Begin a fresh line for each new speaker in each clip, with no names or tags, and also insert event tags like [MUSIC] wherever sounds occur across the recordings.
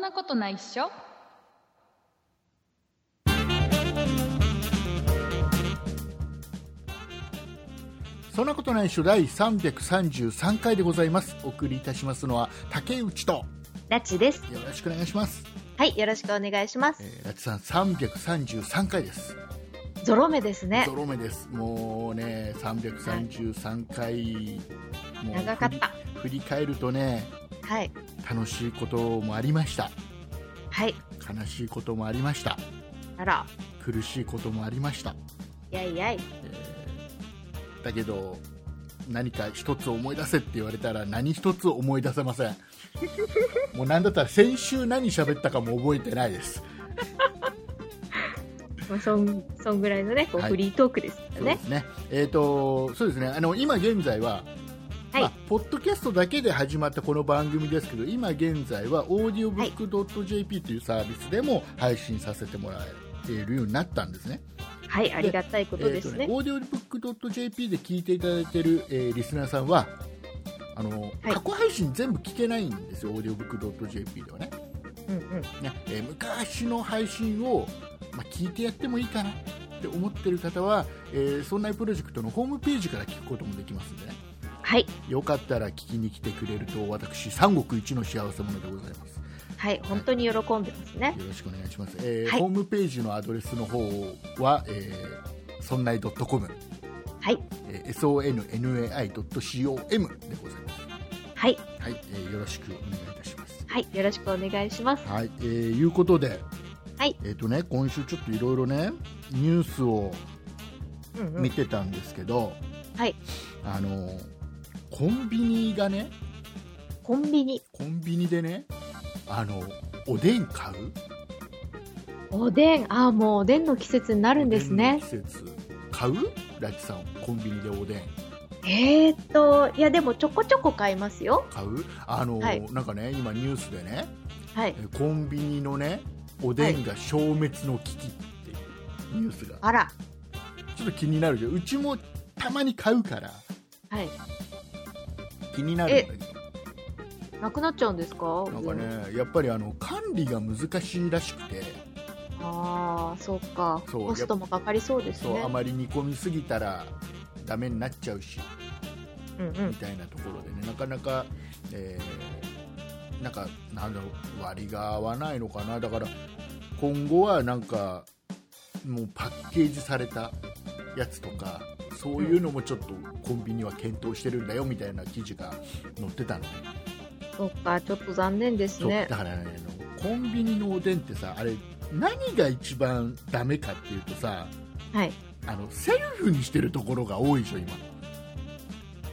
なことないっしょ
そんなことないっしょ第333回でございますお送りいたしますのは竹内とよ
ラチです。
ろしくお願いします、
はい、よろしくお願いします。
えー、ラチさん333回です
ゾロ目ですね
ゾ。ロ目ですもうね333回、もう
長かっ
振り
た。
振り返るとね
はい。
楽しいこともありました
はい。
悲しいこともありました
あら、
苦しいこともありました、
やいやい。
えーだけど何か一つ思い出せって言われたら何一つ思い出せませんもう何だったら先週何喋ったかも覚えてないです
まあ、そん、そんぐらいのね、こう、
はい
フリートークですか
そ
ら
うで
ね。
すねえっ、とそうですねあの今現在は
はい
まあ、ポッドキャストだけで始まったこの番組ですけど今現在はオーディオブックドット JP というサービスでも配信させてもらえているようになったんですね
はい、ありがたいことです
えー
ね
と。オーディオブックドット JP で聞いていただいている、えーリスナーさんはあの、
はい
過去配信全部聞けないんですよオーディオブックドット JP ではね
うんうん。
ね、えー昔の配信を、まあ、聞いてやってもいいかなって思ってる方は、えー、そんなプロジェクトのホームページから聞くこともできますんでね
はい。
よかったら聞きに来てくれると私三国一の幸せ者でございますよ
はい、本当に喜んでますね。
ろしくお願いします、えー
はい
ホームページのアドレスの方は、えー、そんない .com
はい。
えー sonnai.com でございます。
はい。
はい、えーよろしくお願いいたします。
はい。よろしくお願いします。
はい、えーいうことで、
はい
えっ、とね、今週ちょっといろいろね、ニュースを
うんう
見
ん。
てたんですけど、
はい。
あのーコンビニがね、
コンビニ、
コンビニでね、あのおでん買う。
おでん、ああ、もうおでんの季節になるんですね
お。でんの季節買う？ラチさん、コンビニでおでん
えーっと、いや、でもちょこちょこ買いますよ。
買う？あのー
はい
なんかね、今ニュースでね、
はい。
えーコンビニのねおでんが消滅の危機っていうニュースが、
あら。
ちょっと気になるじゃんうちもたまに買うから
はい。
気になるんだけど
なくなっちゃうんですか
なんか。ねやっぱりあの管理が難しいらしくて
ああ、そうか。
そう
コストもかかりそうです
そう、
ね
あ。まり煮込みすぎたらダメになっちゃうし
うんう
み
ん。
たいなところでねなかなか、えーなんかなんだろう割が合わないのかなだから今後はなんかもうパッケージされたやつとかそういうのもちょっとコンビニは検討してるんだよみたいな記事が載ってたの、ね
そっか、ちょっと残念です
そうだ
ね。
からねあのコンビニのおでんってさあれ何が一番ダメかっていうとさ
はい。
あのセルフにしてるところが多いでしょ今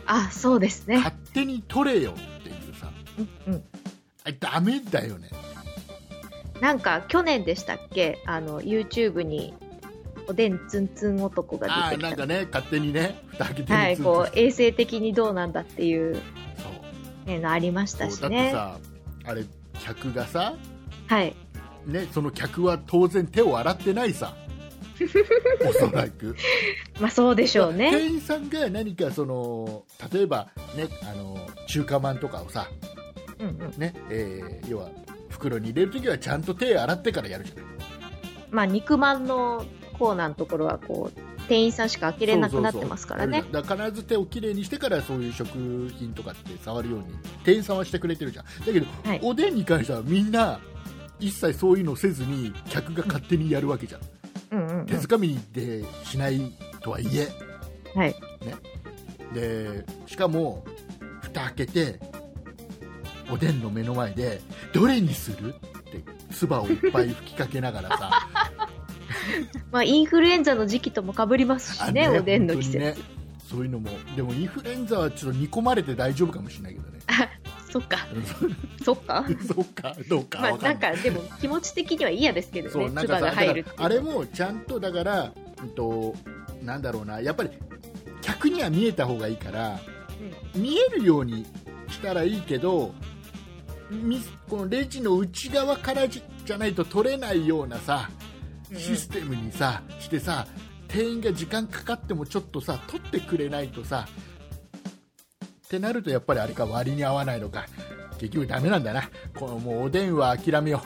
あ、そうですね。
勝手に取れよっていうさ
うんうん。
あれダメだよね
なんか、去年でしたっけあの、YouTube に、おでんツンツン男が
ああ
出て
なん
き
かね勝手にね蓋開けて
た。はい、
ツンツン
こう、衛生的にどうなんだっていう、ね、のありまし
そう
た
そう
し
だって
ね。
さあれ客がさ
はい。
ねその客は当然手を洗ってない
[LAUGHS]
さおそらく
まあ、そうでしょうね。
店員さんが何かその例えばねあの中華まんとかをさ
うんうん。
ねえー要は袋に入れるときはちゃんと手洗ってからやるじゃない
まあ、肉まんのコーナーのところは、こう、店員さんしか開けれなくなってますからね
そう。そうそうだから必ず手をきれいにしてからそういう食品とかって触るように店員さんはしてくれてるじゃんだけど、
はい
おでんに関してはみんな一切そういうのせずに客が勝手にやるわけじゃん、
うんうんうん
手づかみでしないとはいえ
はい。
でしかも蓋開けておでんの目の前でどれにするって唾をいっぱい吹きかけながらさ
まあ、インフルエンザの時期ともかぶります
あ
しね、おでんの季節。
本当にねそういうのもでもインフルエンザはちょっと煮込まれて大丈夫かもしれないけどね
そっか、そっか。
[LAUGHS] そうかどうか
まあ、
わか
なんん
ない、
か、でも気持ち的には嫌ですけど
そう
ね、
なんか
唾
さ
が入るって
だか
いう
らあれもちゃんとだから、うんと、なんだろうなやっぱり客には見えた方がいいから見えるようにしたらいいけどみこのレジの内側からじじゃないと取れないようなさ
うんうん
システムにさ、してさ店員が時間かかってもちょっとさ取ってくれないとさってなるとやっぱりあれか割に合わないのか結局ダメなんだなこのもうおでんは諦めよ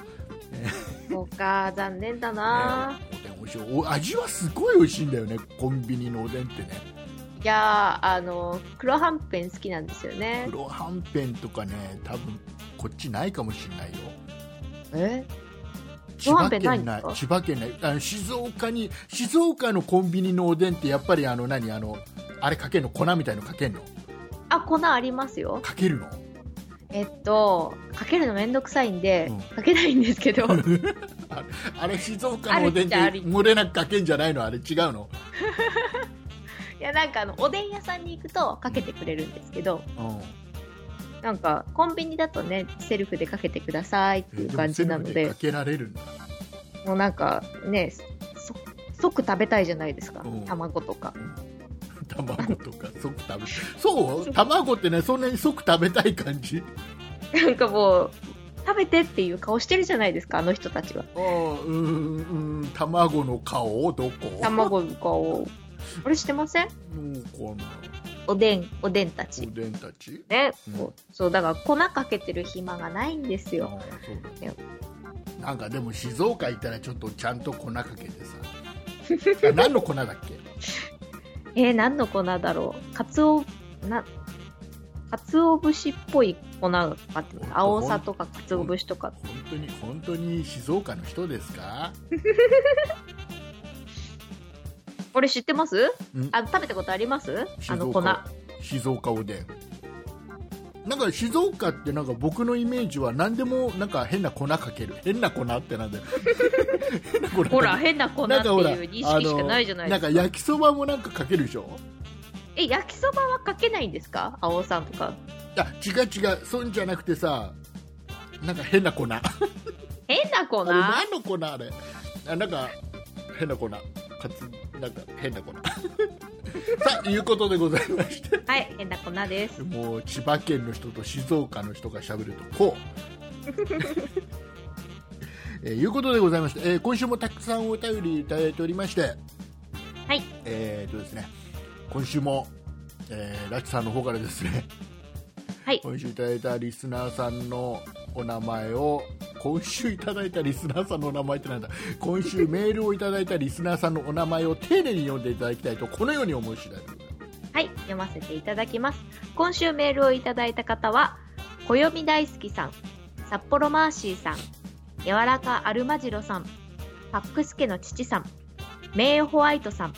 う
そうか、残念だな。
ねおでん美味しいお味はすごい美味しいんだよねコンビニのおでんってね
いやー、あの、黒はんぺん好きなんですよね。
黒はんぺんとかね多分こっちないかもしれないよ
え
千
黒は
葉
んぺん
県
ないんで
千
すか
葉県ないあの静岡に静岡のコンビニのおでんってやっぱりあの何あのあれかけんの粉みたいのかけんの
あ、粉ありますよ。
かけるの
えっと、かけるのめんどくさいんで、
うん
かけないんで
[LAUGHS]
すけど、
あれ静岡のおでんって
あるっちゃある
漏れなくかけんじゃないのあれ違うの
いや、なんかあの、おでん屋さんに行くとかけてくれるんですけど、
うん
なんか、コンビニだとね、セルフでかけてくださいっていう感じなの
えでもセロリ
で
か、けられるんだ [LAUGHS]
もうなんか、ね、そ即食べたいじゃないですか
うん。
卵とか。 [LAUGHS]
卵とか即食べそう卵ってねそんなに即食べたい感じ
なんかもう、食べてっていう顔してるじゃないですか、あの人たちは。
あーうーんうーん卵の顔どこ
卵の顔。あれしてません
うんこ
おでん、おでんた
の
ち
お。でんたち
ね、
うん
こうそう、だから粉かけてる暇がないんです
あ
よ。
ーそうだねなんかでも静岡行ったらちょっとちゃんと粉かけてさあ何の粉だっけ
えー、何の粉だろうかつお、な、かつお節っぽい粉がかかってます。青さとかかつお節とか。
本当に本当に静岡の人ですか
これ知ってます
うん
あの、食べたことありますあ
静
の粉。
岡静岡おでんなんか静岡ってなんか僕のイメージは何でもなんか変な粉かける変な粉ってなんだ
[LAUGHS]
よ変な粉 [LAUGHS]
ほら、変な粉っていう認識しかないじゃないで
なん
す
か
か。
焼きそばもなんかかけるでしょ
え、焼きそばはかけないんですか青さんとか。
いや違う違うそんじゃなくてさなんか変な粉あ
変な粉
れ何の粉あれあなんか変な粉かつなんか変な粉 [LAUGHS] さあいうことでございまして
はい、変な粉です。
もう千葉県の人と静岡の人が喋るとこ [LAUGHS] う。えーいうことでございまして、えー今週もたくさんお便りいただいておりまして、
はい、
えーとですね、今週も、えーラチさんの方からですね、
はい。
今週いただいたリスナーさんのお名前を、今週いただいたリスナーさんのお名前ってなんだ、今週メールをいただいたリスナーさんのお名前を丁寧に読んでいただきたいと、このように思い次第でございます。
はい、読ませていただきます。今週メールをいただいた方は、小読み大好きさん、札幌マーシーさん、柔らかアルマジロさん、パックスケの父さん、メイホワイトさん、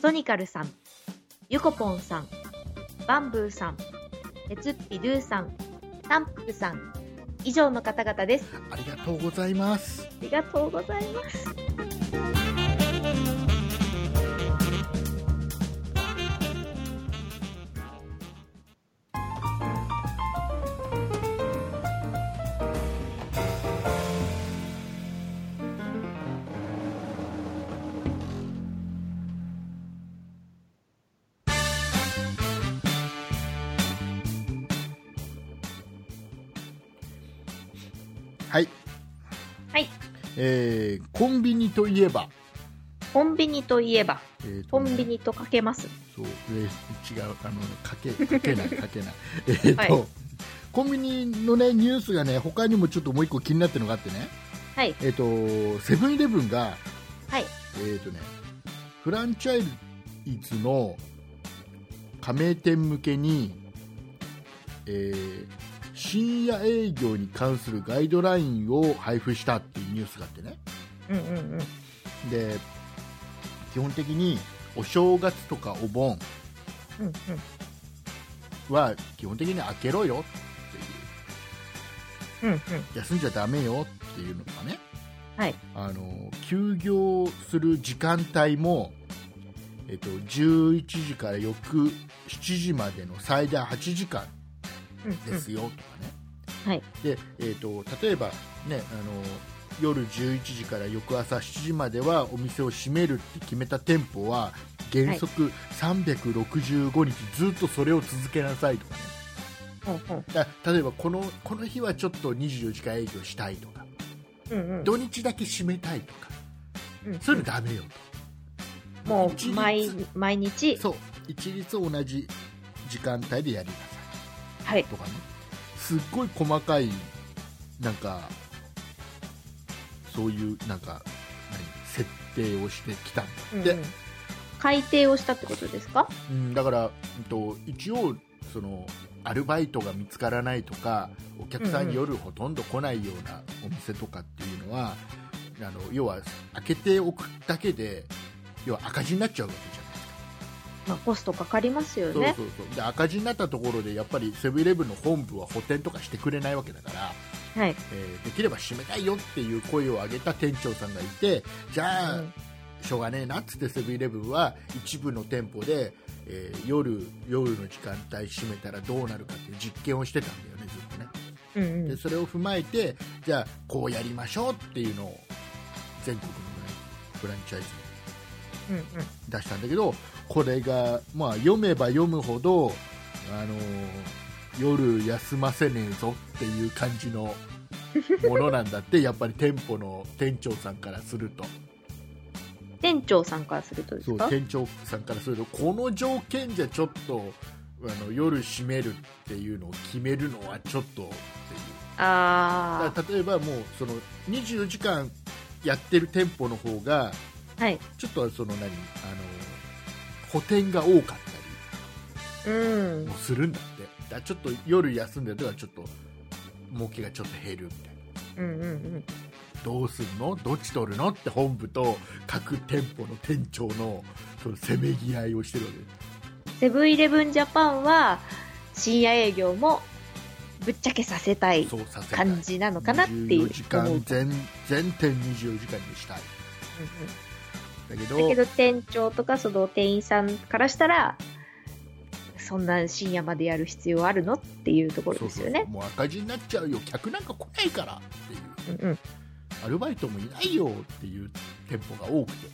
ソニカルさん、ユコポンさん、バンブーさん、鉄っぴドゥさん、タンプクさん、以上の方々です。あ
ありがとうございます。
りがとうございます。
はい、
はい、
えーコンビニといえば、
コンビニといえば、
えーと
コ
ね
ンビニとかけます。
そう、えー違うあのかけ [LAUGHS] かけないかけ
[LAUGHS]
ないえーと、
はい
コンビニのねニュースがね他にもちょっともう一個気になってるのがあってね
はい、
えっ、とセブンイレブンが
はい、
えっ、とねフランチャイズの加盟店向けに、えー深夜営業に関するガイドラインを配布したっていうニュースがあってね
うんうんうん。
で基本的にお正月とかお盆
うんうん、
は基本的に開けろよ
うんうん、
っていう休んじゃダメよっていうのがね
はい。
あの休業する時間帯も、えっと、11時から翌7時までの最大8時間
うんうん
ですよとかね、
はい
でえっと例えば、ね、あの夜11時から翌朝7時まではお店を閉めるって決めた店舗は原則365日ずっとそれを続けなさいとかね
うんうん
だ例えばこのこの日はちょっと24時間営業したいとか
うんうん
土日だけ閉めたいとか
うん
そういうのダメよと
も
一
う
律
毎毎日
そう一律同じ時間帯でやりなさ
はい
いとかねすっごい細かいなんかそういうなんか何設定をしてきたんだって、
うんうん改定をしたってことですか
うん、だから、うんと、一応そのアルバイトが見つからないとかお客さんに夜ほとんど来ないようなお店とかっていうのは、あの要は開けておくだけで要は赤字になっちゃうわけじゃない
まあ、コストかかりますよね。
そうそうそうで赤字になったところでやっぱりセブンイレブンの本部は補填とかしてくれないわけだから、
はい。
えーできれば閉めたいよっていう声を上げた店長さんがいてじゃあ、
うん
しょうがねえなっつってセブンイレブンは一部の店舗で、えー夜夜の時間帯閉めたらどうなるかっていう実験をしてたんだよねずっとね
うんう
で
ん。
それを踏まえてじゃあこうやりましょうっていうのを全国のフランチャイズに
うんうん。
出したんだけどこれが、まあ、読めば読むほど、あのー夜休ませねえぞっていう感じ [LAUGHS] のものなんだってやっぱり店舗の店長さんからすると
店長さんからするとで
そ
す
う
か
店長さんからするとこの条件じゃちょっとあの夜閉めるっていうのを決めるのはちょっとっていうだ
あ
から例えばもうその24時間やってる店舗の方が
あ。はい。
ちょっとその何あの補填が多かったり
うん。
もうするんだってだからちょっと夜休んでるとはちょっと儲けがちょっと減るみたいな
うんうんうん。
どうすんのどっち取るのって本部と各店舗の店長のそのせめぎ合いをしてるわけで
セブンイレブンジャパンは、深夜営業もぶっちゃけさせたい
そうさせたい
感じなのかなっていう。
24時間全全店24時間にしたい
うん
だけど
うんだけど店長とかその店員さんからしたら、そんな深夜までやる必要あるのっていうところ
そう
です
そう
よね。
もう赤字になっちゃうよ客なんか来ないからっていう
うんうん。
アルバイトもいないよっていう店舗が多くて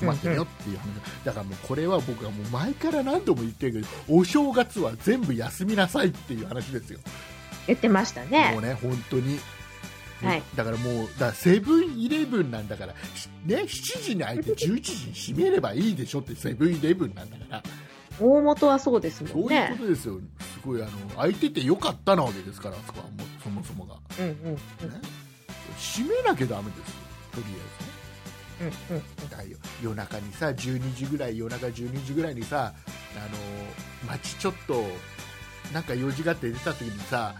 困ってるよっていう話、だからもうこれは僕はもう前から何度も言ってるけどお正月は全部休みなさいっていう話ですよ、
言ってました
も
ね
う。ね本当に、
はい
だからもうだからセブンイレブンなんだから、しね、7時に開いて11時に閉めればいいでしょってセブンイレブンなんだから
大元はそうです
そ
も
うい
ん
う
ね
こ。とですよすごいあの開いててよかったなわけですからあそこはもうそもそもが
うんうんうん
閉めなきゃダメですよとりあえずね
うんうん。
だよ夜中にさ12時ぐらい夜中12時ぐらいにさあの街ちょっとなんか用事があって出た時にさ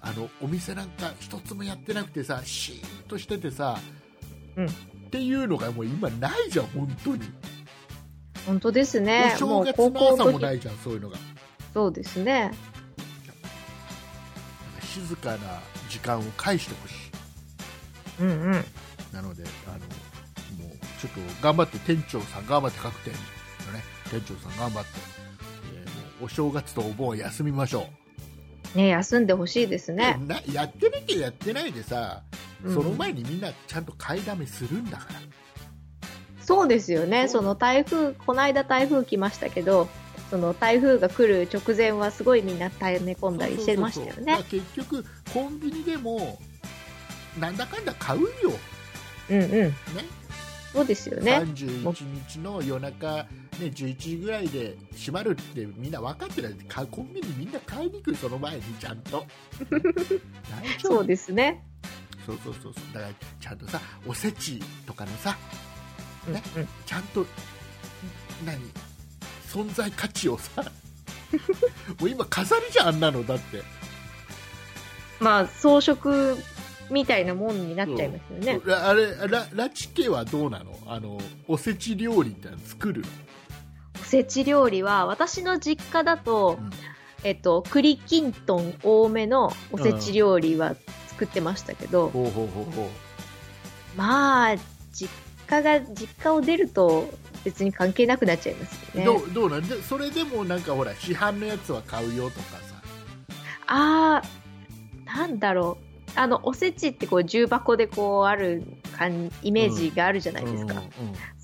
あのお店なんか一つもやってなくてさシーンとしててさ、
うん
っていうのがもう今ないじゃん本当に、
本当ですね。
お正月
もう
の
高
朝
校
も
の
な
時
いじゃんそういうのが
そうですね。
静かな時間を返してほし
うんうん。
いなのであのもうちょっと頑張って店長さん頑張って各店のね店長さん頑張って、えーもうお正月とお盆は休みましょう
ね、休んでほしいですね。
なやってなきゃやってないでさ、
うん
その前にみんなちゃんと買いだめするんだから
そうですよね。
そ
そうの台風、この間台風来ましたけど、その台風が来る直前はすごいみんな耐え寝込んだりしてましたよ
そうそうそうだから
ね。
結局コンビニでもなんだかんだ買うよ、
うんうん。
ね
そうですよね。
31日の夜中、ね、11時ぐらいで閉まるってみんな分かってないかコンビニみんな買いに来るその前にちゃん [LAUGHS] と大丈夫
そうですね。
そうそうそうそうだからちゃんとさおせちとかのさ
うん
ねちゃんとん何存在価値を [LAUGHS] さもう今飾りじゃんあんなのだって
まあ、装飾みたいなもんになっちゃいますよね。
そうあれララチ家はどうなのあのおせち料理っての作るの
おせち料理は、私の実家だと、
うん
えっと、栗きんとん多めのおせち料理は作ってましたけど、
ほうほうほうほう
まあ、実家が、実家を出ると別に関係なくなっちゃいますよね。
どうどうなんでそれでもなんかほら市販のやつは買うよとかさ
あー、なんだろう。あの、おせちってこう、重箱でこう、ある感、イメージがあるじゃないですか。
うんうん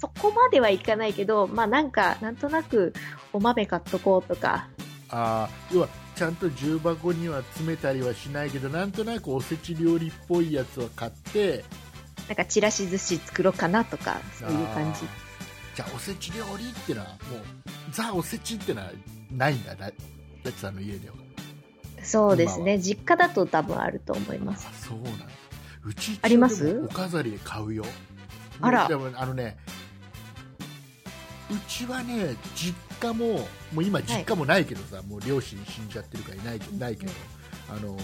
そこまではいかないけど、まあなんか、なんとなく、お豆買っとこうとか。
あー要はちゃんと重箱には詰めたりはしないけどなんとなくおせち料理っぽいやつは買って
なんかちらし寿司作ろうかなとかそういう感じ
あーじゃあおせち料理ってのはもうザおせちってのはないんだなやつさんの家では
そうです
今
ね実家だと多分あると思います
あそうなんだうち一応
あります
でもお飾りで買うよ
あら
でもあのねうちはね実家ももう今実家もないけどさ、もう両親死んじゃってるからいないけどないけど、あの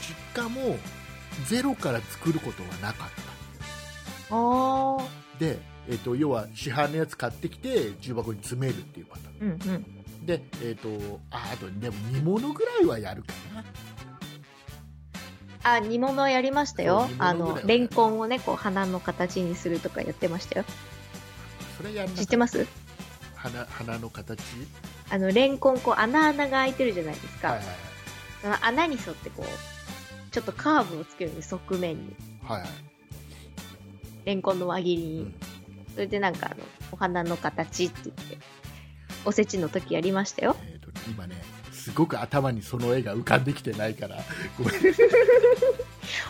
実家もゼロから作ることはなかった
ああ
で、えっと要は市販のやつ買ってきて重箱に詰めるっていうパター
うんうん
ンで、えっとああとでも煮物ぐらいはやるかな
あ煮物はやりました
そ
よ
う煮物ぐら
あ
いは
のレンコンをねこう花の形にするとかやってましたよ
それやんな
知ってます
花花の形
あのレンコンこう穴穴が開いてるじゃないですか、
はいはい
その穴に沿ってこうちょっとカーブをつけるんです側面に
はいはい
レンコンの輪切りに、
うん
それでなんかあのお花の形って言っておせちの時やりましたよ
えーとね今ねすごく頭にその絵が浮かんできてないからごめん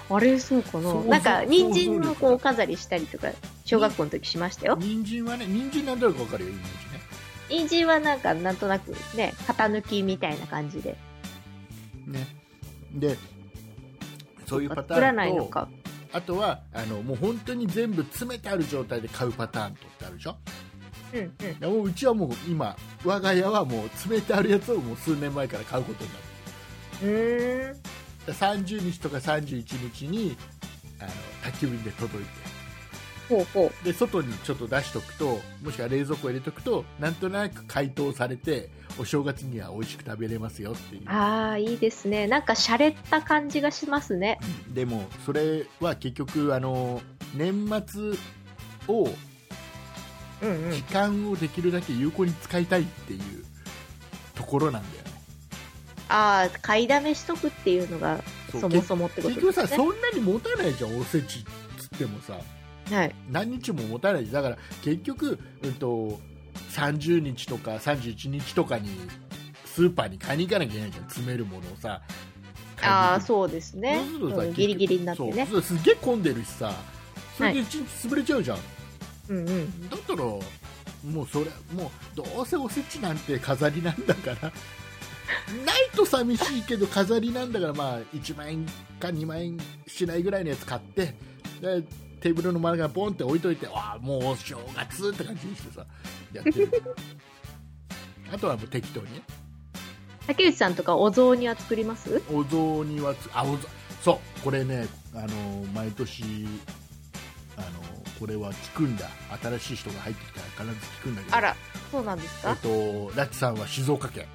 あれそうかな
そう
なんか
そう
人参のこうお飾りしたりとか小学校の時しましたよ
人参はね人参なんとなくわかるよ人参ね
人参はなんかなんとなくね型抜きみたいな感じで
ねでそういうパタ
作らない
ー
の
ンと
か
あとはあのもう本当に全部詰めてある状態で買うパターンとってあるでしょ
うんうん
でもううちはもう今我が家はもう詰めてあるやつをもう数年前から買うことになる
うーん
だから30日とか31日にあの宅急便で届いて
ほうほう
で外にちょっと出しとくともしくは冷蔵庫入れとくとなんとなく解凍されてお正月には美味しく食べれますよっていう
ああいいですねなんか洒落た感じがしますね
でもそれは結局あの年末を
うんう
時
ん
間をできるだけ有効に使いたいっていうところなんだよね
ああ買いだめしとくっていうのが
そう
そもそもってこ
結
と
局さ
です
そ
ね
んなに持たないじゃんおせちっつってもさ
はい
何日も持たないだから結局、うん、と30日とか31日とかにスーパーに買いに行かなきゃいけないじゃん詰めるものをさ買いに行く
ああそうですね
そうするとさ結
うん
局
ギリギリになってね
そうそうすっげえ混んでるしさそれで一日潰れちゃうじゃん、
うんうん
だったらもうそれもうどうせおせちなんて飾りなんだから [LAUGHS] ないと寂しいけど飾りなんだからまあ1万円か2万円しないぐらいのやつ買ってでテーブルの真ん中にポンって置いといてわあもうお正月って感じにしてさやって
[LAUGHS]
るあとはもう適当にね
竹内さんとかお雑煮は作ります
お雑煮はつあお雑そうこれねあの毎年あのこれは聞くんだ新しい人が入ってきたら必ず聞くんだけど
あらそうなんです
えっ
か
とラチさんは静岡県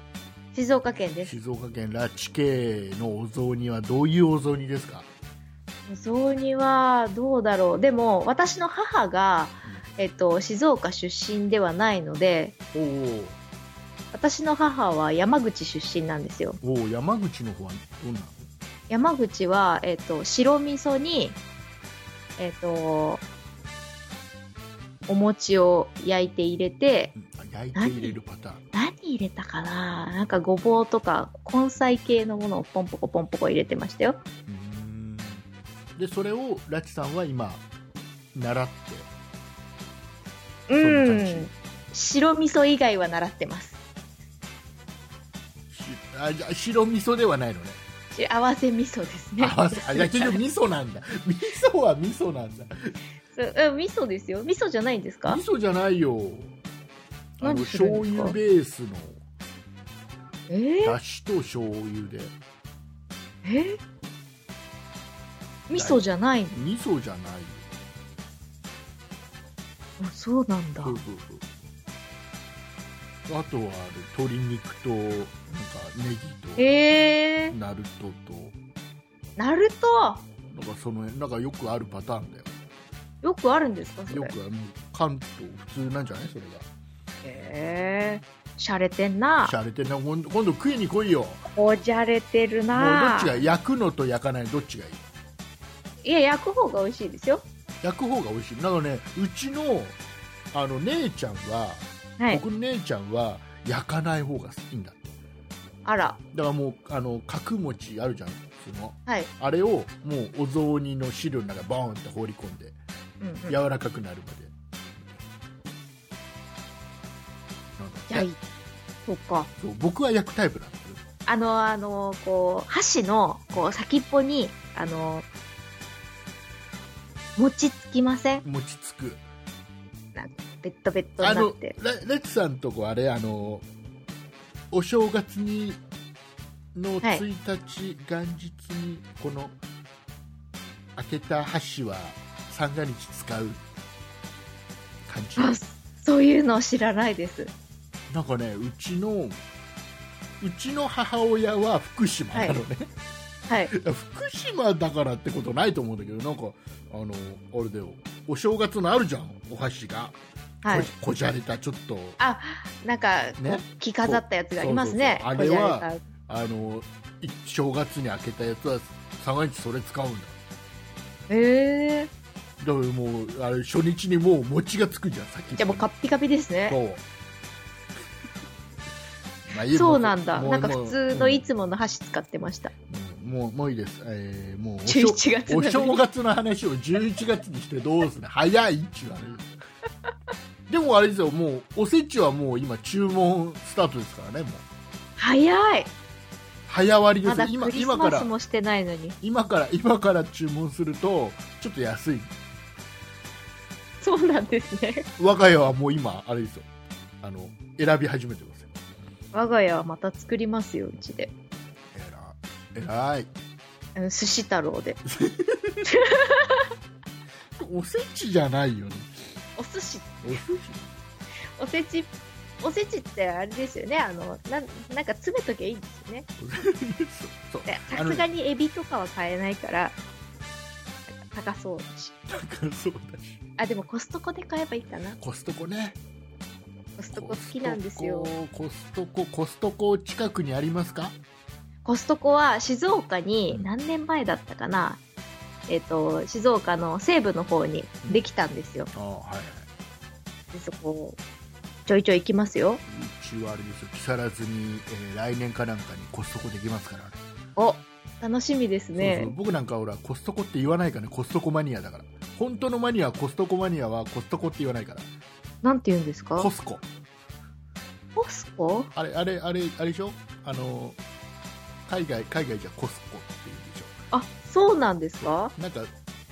静岡県です
静岡県拉致系のお雑煮はどういうお雑煮ですか
お雑煮はどうだろうでも私の母が、えっと、静岡出身ではないので
おう
私の母は山口出身なんですよ
おうおう山口の方はどんなの
山口は、えっと、白味噌にえっとお餅を焼いて入れて
うんあ焼いて入れるパターン
何入れたかななんかごぼうとか根菜系のものをポンポコポンポコ入れてましたよ
うーんでそれを拉致さんは今習って
う
そんな感じ
ん白味噌以外は習ってます
しあじゃあ白味噌ではないのね
し合わせ味噌ですね
合わせあじゃあ結局味噌なんだ味噌は味噌なんだ
そうえ味噌ですよ味噌じゃないんですか
味噌じゃないよあの
何する
醤
んですか
油ベースの
えー、
だしと醤油で
えー味噌じゃないの
味噌じゃないよ
あそうなんだ
そうそうそうあとはあれ鶏肉となんかネギ
え
と
ー、
ナルトと
ナルト
なんかその辺なんかよくあるパターンだよ
よくあるんですかそれ
よくあの関東普通なんじゃないそれ
えー、しゃれてんな
がしゃれてんな今度今度食いに来いよもう
おじゃれてる
ど
な
っちが焼くのと焼かないどっちがいい
いや焼く方が美味しいですよ
焼く方が美味しいなんかねうちのあの姉ちゃんは、
はい
僕の姉ちゃんは焼かない方が好きんだって
あら
だからもうあの角餅あるじゃん普通の
はい、
あれをもうお雑煮の汁の中にボーンって放り込んで
うんうん、
柔らかくなるまで、なんか
焼いそっか
そう僕は焼くタイプなんですよ
あの、あの、こう、箸の、こう、先っぽに、あの、餅つきません
餅つく
ベッドベッド
あ
にな
の
って。
レレッツさんとこあれあのお正月にの
はい
1日、元日にこの開けた箸は三が日使う感じ
あそういうの知らないです。
なんかねうちのうちの母親は福島なのね、
はい。
いや福島だからってことないと思うんだけどなんかあのあれだよお正月のあるじゃんお箸が、
はい
こ。こじゃれたちょっと
あ、なんか、
ね
こう着飾ったやつがありますね。
そうそうそうあれは
こじゃれ
あのい正月に開けたやつは三が日それ使うんだ
たへえ
だからもうあれ初日にもう餅がつくじゃん先っぽに
じゃあもうカッピカピですね。
そうまあいいよ
そうなんだ。
もう
なんか
もう
普通の
うん
いつもの箸使ってました。
うんもうもういいです、えー、もうお正お
11月なの
正
に。
月の話を11月にしてどうする早いって言われるでもあれですよもうおせちはもう今注文スタートですからねもう
早い
早割りで
ます
よ
だ
今
クリス
今か
マス
ら
もしてないのに。
今から今から注文するとちょっと安い
そうなんですね。
我が家はもう今あれですよあの選び始めてますよ
我が家はまた作りますよ、うちで。
えらいえらい
うん寿司太郎で。
おせちじゃないよね
お寿司
おせち
おせち、おせちってあれですよね。あの、なんなんか詰めときゃいいんですよね。
そう
で
あ
さ
の
すがにエビとかは買えないから、なんか高そうだし。
高そうだし
あ、でもコストコで買えばいいかな。
コストコね
コストコ好きなんですよ。
コストココストココストコ近くにありますか
コストコは静岡に
うん
何年前だったかな。えっ、と、静岡の西部の方にできたんですよ。
ああはいは
でそこ、ちょいちょい行きますよ。
いうちはあれですよ木更津に、えー来年かなんかにコストコできますからね
お、楽しみですね。
そうそう僕なんかほらコストコって言わないからねコストコマニアだから本当のマニアはコストコマニアはコストコって言わないから
なんて言うんですか
コスコ
コスコ
あれあれあれあれでしょあの海外海外じゃコスコって言うんでし
あ、そうなんですか
ょなんか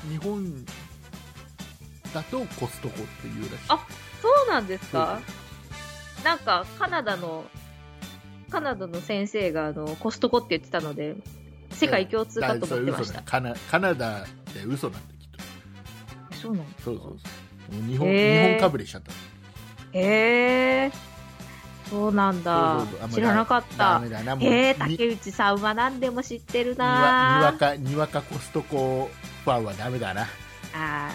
日本だとコストコっていうらしい
あそうなんですか
そ
なんかカナダのカナダの先生があのコストコって言ってたので世界共通かと思ってました
だからそれ嘘だよカナカナダって嘘なんだきっと
そうなんです
そうそうそうもう日本
へー
日本かぶれしちゃった
へえそうなんだ
そうそうそうあんまり
知らなかっ
ダ
た
メだなもう
へえ
に
竹内さんは何でも知ってる
にわにわ
な
かにわかコストコファンはダメだなこ
あ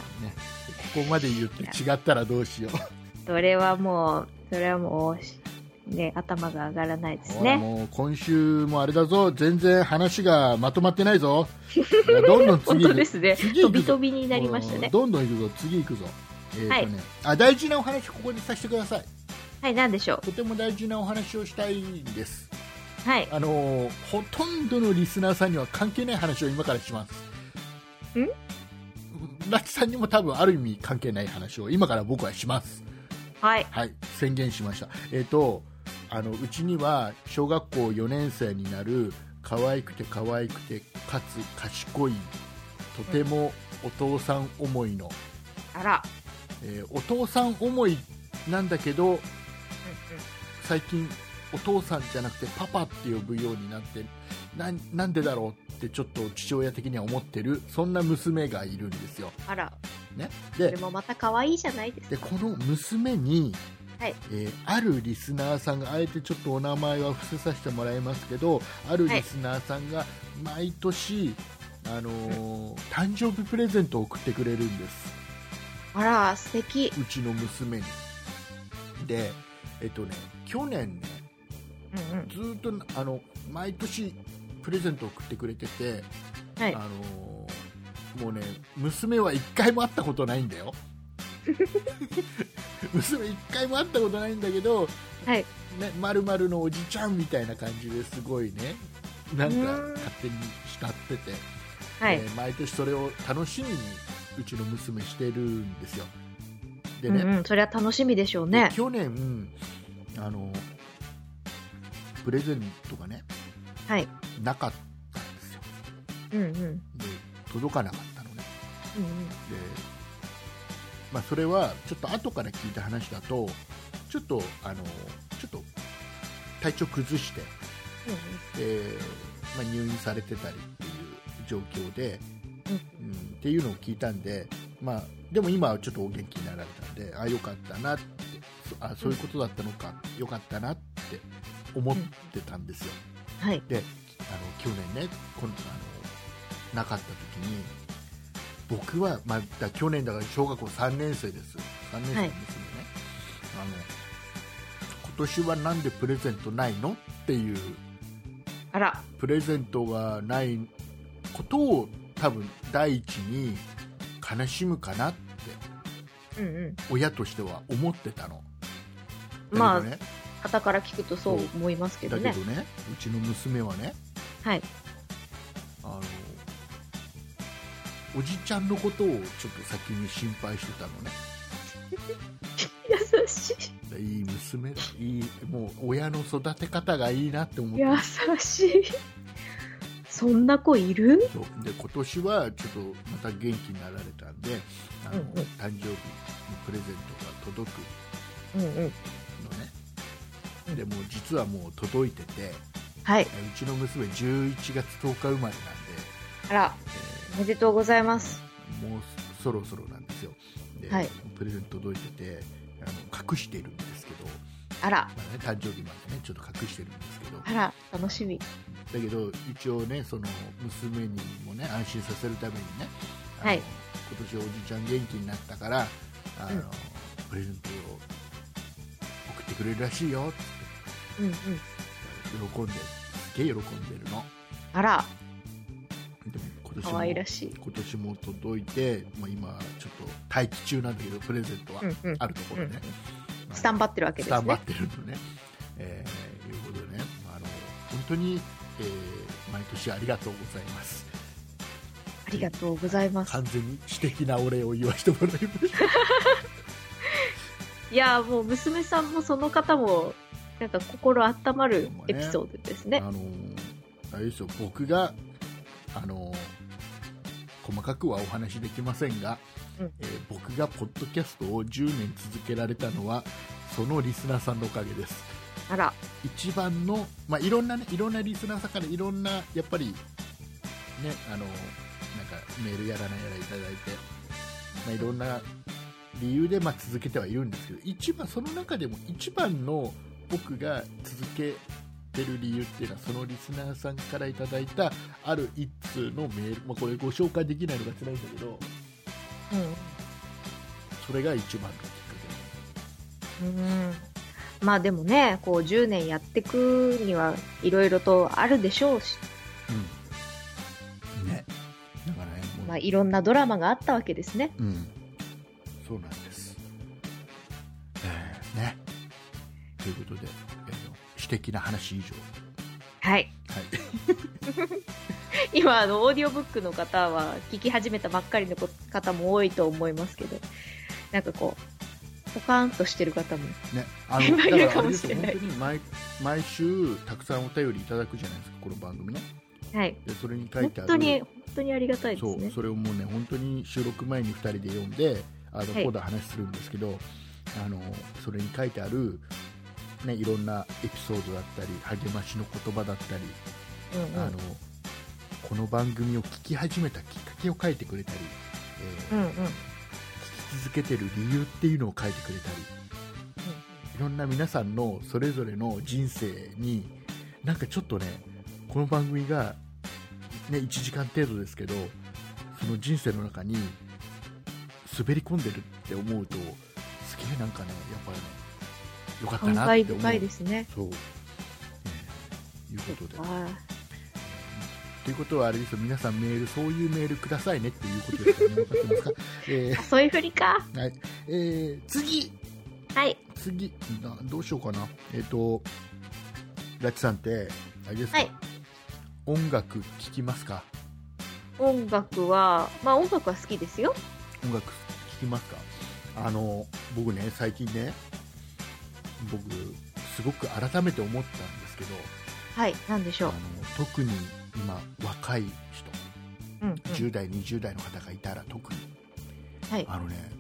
こまで言って違ったらどうしよう
ーそれはもうそれはもうしね頭が上がらないです
ほら
ね
もう今週もあれだぞ全然話がまとまってないぞ [LAUGHS] いやどんどん
本
次
当
行く
ですね
次
飛
行く
び
ぞ
飛びになりました
もう
ね
どんどん行くぞ次行くぞえーとね
はい
あ大事なお話ここでさせてください
はい何でしょう
とても大事なお話をしたいんです
はい
あのーほとんどのリスナーさんには関係ない話を今からします
ん
ラッチさんにも多分ある意味関係ない話を今から僕はします
はい
はい宣言しましたえっ、とあのうちには小学校4年生になる可愛くて可愛くてかつ賢いとてもお父さん思いの、
あら
えーお父さん思いなんだけど最近お父さんじゃなくてパパって呼ぶようになってなんなんでだろうってちょっと父親的には思ってるそんな娘がいるんですよ、
あら
ね、
そ
で
れもまた可愛いじゃないです
で
か
この娘に、
はい
えーあるリスナーさんがあえてちょっとお名前は伏せさせてもらいますけどあるリスナーさんが毎年、あのー誕生日プレゼントを送ってくれるんです
あら素敵
うちの娘にでえっとね去年ね
うんうん
ずーっとあの毎年プレゼントを送ってくれてて、
はい
あのーもうね娘は1回も会ったことないんだよ [LAUGHS] 娘1回も会ったことないんだけど
はい
「まる、まるのおじちゃん」みたいな感じですごいねなんか
うん
勝手に慕ってて、
はい
えー毎年それを楽しみにうちの娘してるんですよでね、
うんうんそれは楽しみでしょうね
で去年あのプレゼントがね
はい。
なかったんですよ
うんうん。うん
で届かなかったのね
うん。
で、まあ、それはちょっと後から聞いた話だとちょっとあのちょっと体調崩して、でまあ、入院されてたりっていう状況で、
うん
うん、っていうのを聞いたんで、まあ、でも今はちょっとお元気になられたんであよかったなってそあそういうことだったのか、よかったなって思ってたんですよ。
はい。
あの去年ねこのあのなかった時に僕は、まあ、だ去年だから小学校3年生です3年生の娘ね、あの今年はなんでプレゼントないのっていう
あら。
プレゼントがないことを多分第一に悲しむかなって
うんうん。
親としては思ってたの。
まあ
だけどね
傍から聞くとそう思いますけど
だ
ね
け。どねうちの娘はね
はい。
あのおじちゃんのことをちょっと先に心配してたのね
優しい。
でいい娘だいいもう親の育て方がいいなって思って
優しい。そんな子いる
そうで今年はちょっとまた元気になられたんであの、
うんうん
誕生日のプレゼントが届く
うんうん。
のねでもう実はもう届いてて
はい。
えうちの娘11月10日生まれなんで、
あら、
え
おめでとうございます。
ーもうそろそろなんですよで、
はい
プレゼント届いててあの隠しているんですけど、
あら、
まあね、誕生日までねちょっと隠してるんですけど
あら、楽しみ。
だけど一応ねその娘にもね安心させるためにね、あの
はい
今年おじいちゃん元気になったからあの、
うん
プレゼントを送ってくれるらしいよって
うんうん。
言って喜んですげえ喜んでるの
あら、
でも今年も
可愛らしい。
今年も届いて、まあ、今ちょっと待機中なんだけどプレゼントは
うんうん。
あるところね、あの
スタンバってるわけで
スタ
す
ンバ
ね
っ。てるのね、えーいうことでねあの本当に、えー毎年ありがとうございます
ありがとうございます。
完全に私的なお礼を言わせてもらいました
いやー、もう娘さんもその方も、なんか心温まるエピソードですね。
あのあれですよ僕があの細かくはお話しできませんが、
うん
えー僕がポッドキャストを10年続けられたのはそのリスナーさんのおかげです
あら、
一番の、まあ、いろんなねいろんなリスナーさんからいろんなやっぱりねあのなんかメールやらなんやらいただいて、まあ、いろんな理由でまあ続けてはいるんですけど一番その中でも一番の僕が続けてる理由っていうのはそのリスナーさんからいただいたある一通のメール、まあ、これご紹介できないのが辛いんだけどそれが一番のきっか
うん。うん。まあでもね、こう10年やってくにはいろいろとあるでしょうし、
けうんねだからねもう
まあいろんなドラマがあったわけですね。
うん、そうなんです。えーね。ということで、えー、私的な話以上。
はい。
はい。
今あのオーディオブックの方は聞き始めたばっかりのこ方も多いと思いますけどなんかこうポカーンとしてる方も
ね、あ
[LAUGHS] 今いる
だからあれですよ
かもしれな
本
い
当に毎毎週たくさんお便りいただくじゃないですか、この番組ね。
はい
でそれに書い
本
てある。
当に本当にありがたいで
そ
す
う
ね
それをもうね本当に収録前に2人で読んであの、
はい
今度話するんですけどあのそれに書いてある、ね、いろんなエピソードだったり励ましの言葉だったり
うんう
あ
ん
のこの番組を聞き始めたきっかけを書いてくれたり、えー
うんう
聞
ん
き続けてる理由っていうのを書いてくれたりいろんな皆さんのそれぞれの人生になんかちょっとねこの番組が、ね、1時間程度ですけどその人生の中に滑り込んでるって思うとすげえなんかねやっぱりねよかった
感
なって
慨
思う
深いですね
そう、えーいうことで。
あ
ということはあれですよ皆さんメールそういうメールくださいねっていうことですよね分かって
[LAUGHS]
ますか、え
ーそういうふりか
ーはいえー次
はい
次などうしようかなえっ、とラチさんってあれですか、
はい
音楽聴きますか
音楽はまあ音楽は好きですよ
音楽聴きますかあの僕ね最近ね僕すごく改めて思ったんですけど
はい、なんでし
あ
ょう
の。特に今若い人
うん、うん
10代20代の方がいたら特に
はい。
あのね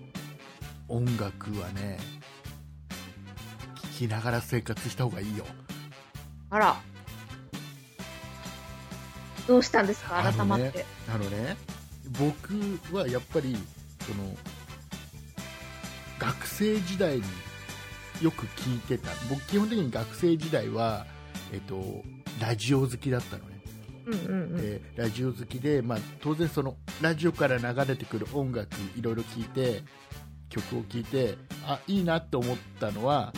音楽はね聴きながら生活した方がいいよ
あら。どうしたんですか、
あ
改
の
まっ
ね
て。
あのね僕はやっぱりその学生時代によく聞いてた僕基本的に学生時代は、えっと、ラジオ好きだったのね、
うんうんうん。
でラジオ好きで、まあ、当然そのラジオから流れてくる音楽いろいろ聞いて曲を聞いてあいいなって思ったのは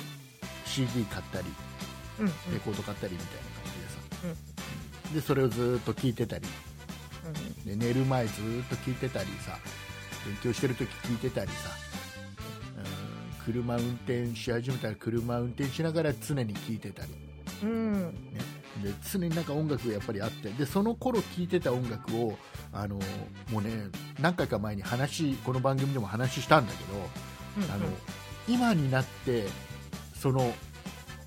CD 買ったり
うんうん
レコード買ったりみたいな感じでさ、でそれをずーっと聞いてたり
う
で寝る前ずーっと聞いてたりさ勉強してる時聞いてたりさ、うん、車運転し始めたら車運転しながら常に聞いてたり
んうん。うん。
で常になんか音楽がやっぱりあってでその頃聴いてた音楽をあのもうね何回か前に話この番組でも話したんだけど
[LAUGHS]
あの、今になってその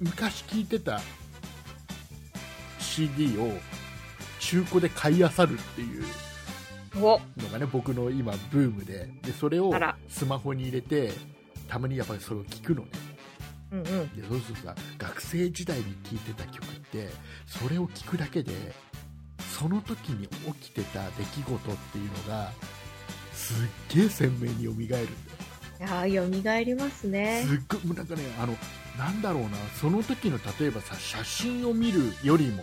昔聴いてた CD を中古で買い漁るっていう
うん、お、
のがね僕の今ブームででそれを
あら
スマホに入れてたまにやっぱりそれを聞くのね
うんうん。
でそうするとさ学生時代に聴いてた曲ってそれを聴くだけでその時に起きてた出来事っていうのがすっげえ鮮明に蘇るんだよ
ああ、よみがえりますね。
すっごいもうなんかねあのなんだろうなその時の例えばさ写真を見るよりも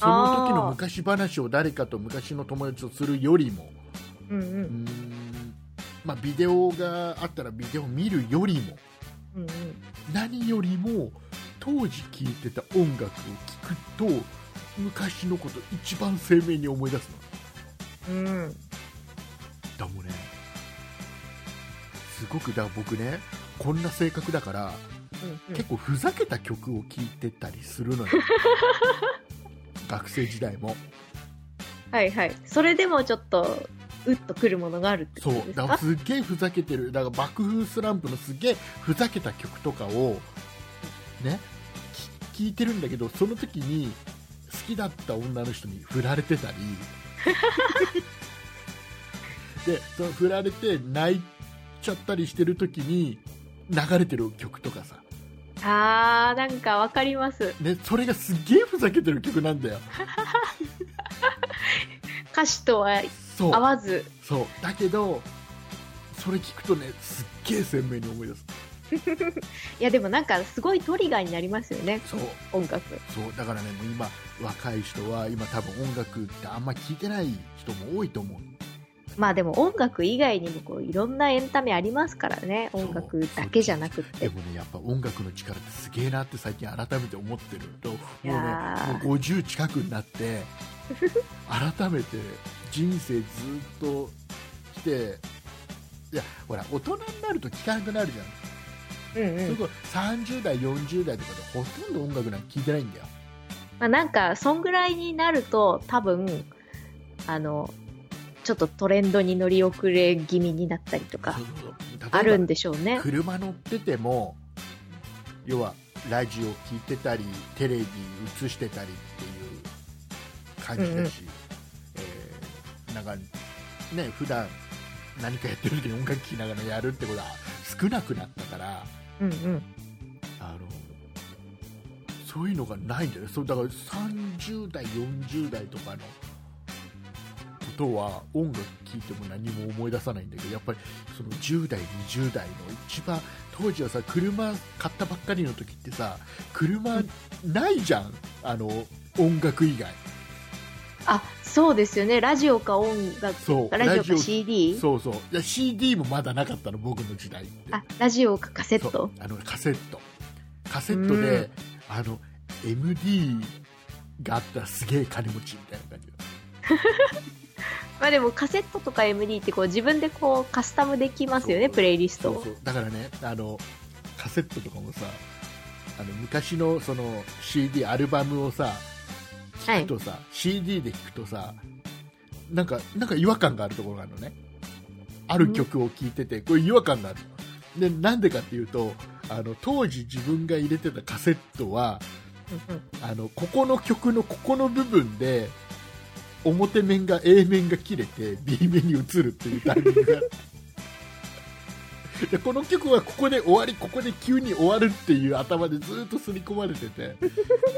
その時の昔話を誰かと昔の友達とするよりも
うんう
うー
ん
んまあビデオがあったらビデオ見るよりも
うんうん。
何よりも当時聴いてた音楽を聴くと昔のこと一番鮮明に思い出すの
うん、
だもんねすごくだから僕ねこんな性格だから、結構ふざけた曲を聴いてたりするのよ学生時代も
はいはいそれでもちょっとうっとくるものがあるってこ
そう
とです
だから [LAUGHS]
か
すっげえふざけてるだから爆風スランプのすげえふざけた曲とかをね聴いてるんだけどその時に好きだった女の人に振られてたりでその振られて泣いちゃったりしてる時に流れてる曲とかさ、
あーなんかわかります
ね、それがすっげえふざけてる曲なんだよ
歌詞とは
そう
合わず
そうだけどそれ聞くとねすっげえ鮮明に思い出す
いやでもなんかすごいトリガーになりますよね
そう
音楽
そうだからねもう今若い人は今多分音楽ってあんま聞いてない人も多いと思う
まあでも音楽以外にもこういろんなエンタメありますからね音楽だけじゃなくっ
で
て
もねやっぱ音楽の力ってすげえなって最近改めて思ってるともう
い
ねも
やー
う50近くになって改めて人生ずっと来ていやほら大人になると聞かなくなるじゃん、
うんう
それ
ん
こそ30代40代とかでほとんど音楽なんか聞いてないんだよ
まあなんかそんぐらいになると多分あのちょっとトレンドに乗り遅れ気味になったりとか
そうそうそう
あるん
例え
でしょう
ば
ね
車乗ってても要はラジオ聞いてたりテレビ映してたりっていう感じだし、えーなんかね普段何かやってる時に音楽聴きながらやるってことは少なくなったから
うんうん
あのそういうのがないんだよねそうだから30代40代とかのことは音楽聴いても何も思い出さないんだけどやっぱりその10代20代の一番当時はさ車買ったばっかりの時ってさ車ないじゃんあの音楽以外
あそうですよねラジオか音楽
そう
ラジオか
オ
CD
そうそういや CD もまだなかったの僕の時代って
あラジオかカセッ
そ
ト
うあのカセットカセットで、
うん
あの MD があったらすげえ金持ちみたいな感じ
まあでもカセットとか MD ってこう自分でこうカスタムできますよね
そう
プレイリスト
そ
を
うそうだからねあのカセットとかもさあの昔のその CD アルバムをさ
は
聞
い
くとさ、CD で聞くとさなんかなんか違和感があるところがあるのねある曲を聴いててこれ違和感があるでなんでかっていうとあの当時自分が入れてたカセットは
うんうん
あのここの曲のここの部分で表面が A 面が切れて B 面に移るっていうタイミングが [LAUGHS] でこの曲はここで終わりここで急に終わるっていう頭でずっと刷り込まれてて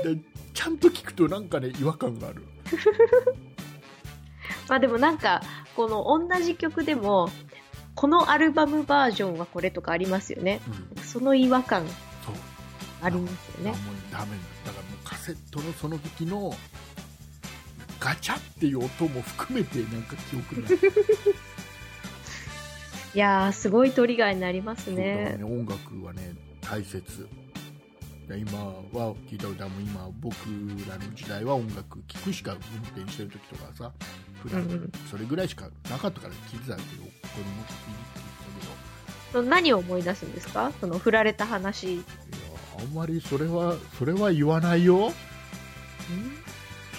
でちゃんと聞くとなんかね違和感がある
まあでもなんかこの同じ曲でもこのアルバムバージョンはこれとかありますよね
うん
その違和感
そう
ありますよ
あもう
ね
ダメだからもうカセットのその時のガチャっていう音も含めてなんか記憶にある
いやーすごいトリガーになります
そうだ
ね
ね音楽はね大切いや今は聞いた歌も今僕らの時代は音楽聴くしか運転してる時とかさ普
うんう
段
ん
それぐらいしかなかったから聞いてたけどここにも聞い
その何を思い出すんですかその振られた話
てきたけどいやあんまりそれはそれは言わないよ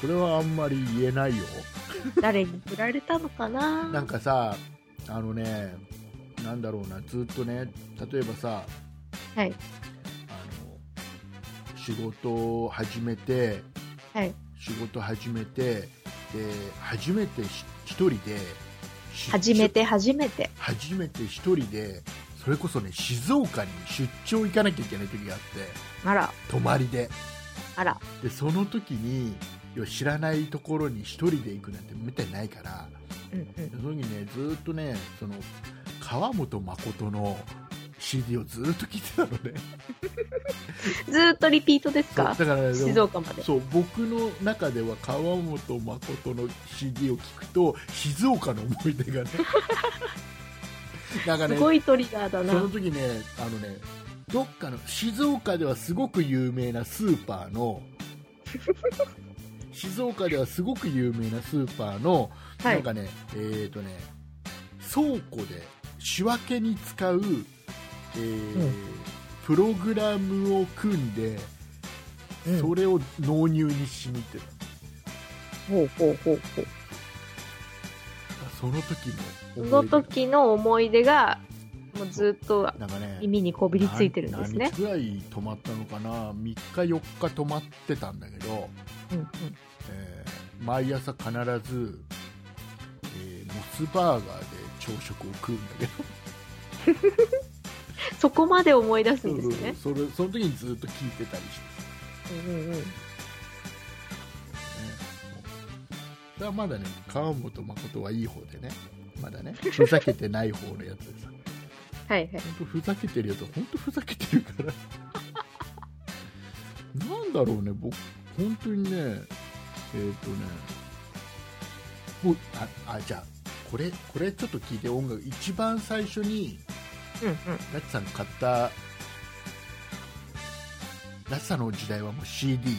それはあんまり言えないよ
誰に振られたのかな
なんかさあのねなんだろうなずっとね例えばさ
はい
あの仕事を始めて
はい
仕事始めてで初めてし一人でし
初めて初めて
初めて一人でそれこそね静岡に出張行かなきゃいけない時があって
あら
泊まりで
あら
でその時にいや知らないところに一人で行くなんてめったにないから
うんうん
その時ねずーっとねその川本誠の CD をずーっと聴いてたのね
ずーっとリピートです
そう
か
だからねでも
静岡まで
そう僕の中では川本誠の CD を聞くと静岡の思い出
[LAUGHS]
がねなんか
す
ね
ごいトリガーだ
その
な
時ねあのねどっかの静岡ではすごく有名なスーパー
[LAUGHS]
の静岡ではすごく有名なスーパーの、
は
なん
い
かねえっ、とね倉庫で仕分けに使う、えー
うん
プログラムを組んで
うん
それを納入にしに行ってた
ほうほうほうほう
その時
そ
の
の
思い出
時の思い出がもうずっと
なんかね
耳にこびりついてるんですね
何。日ぐらい泊まったのかな3日4日泊まってたんだけど、
うんうん
えー毎朝必ず、えーモスバーガーで朝食を食うんだけど
そこまで思い出すんですね。
[LAUGHS] それその時にずっと聞いてたりして
うんうんうん
たねもうそれはまだね川本誠はいい方でねまだねふざけてない方のやつでさ
はいはい。
本当ふざけてるやつは本当ふざけてるから [LAUGHS] なんだろうね僕本当にねえっ、とねおああじゃあこれこれちょっと聞いて音楽一番最初に
うんうん。
ラッチさんが買ったラッチさんの時代はもう CD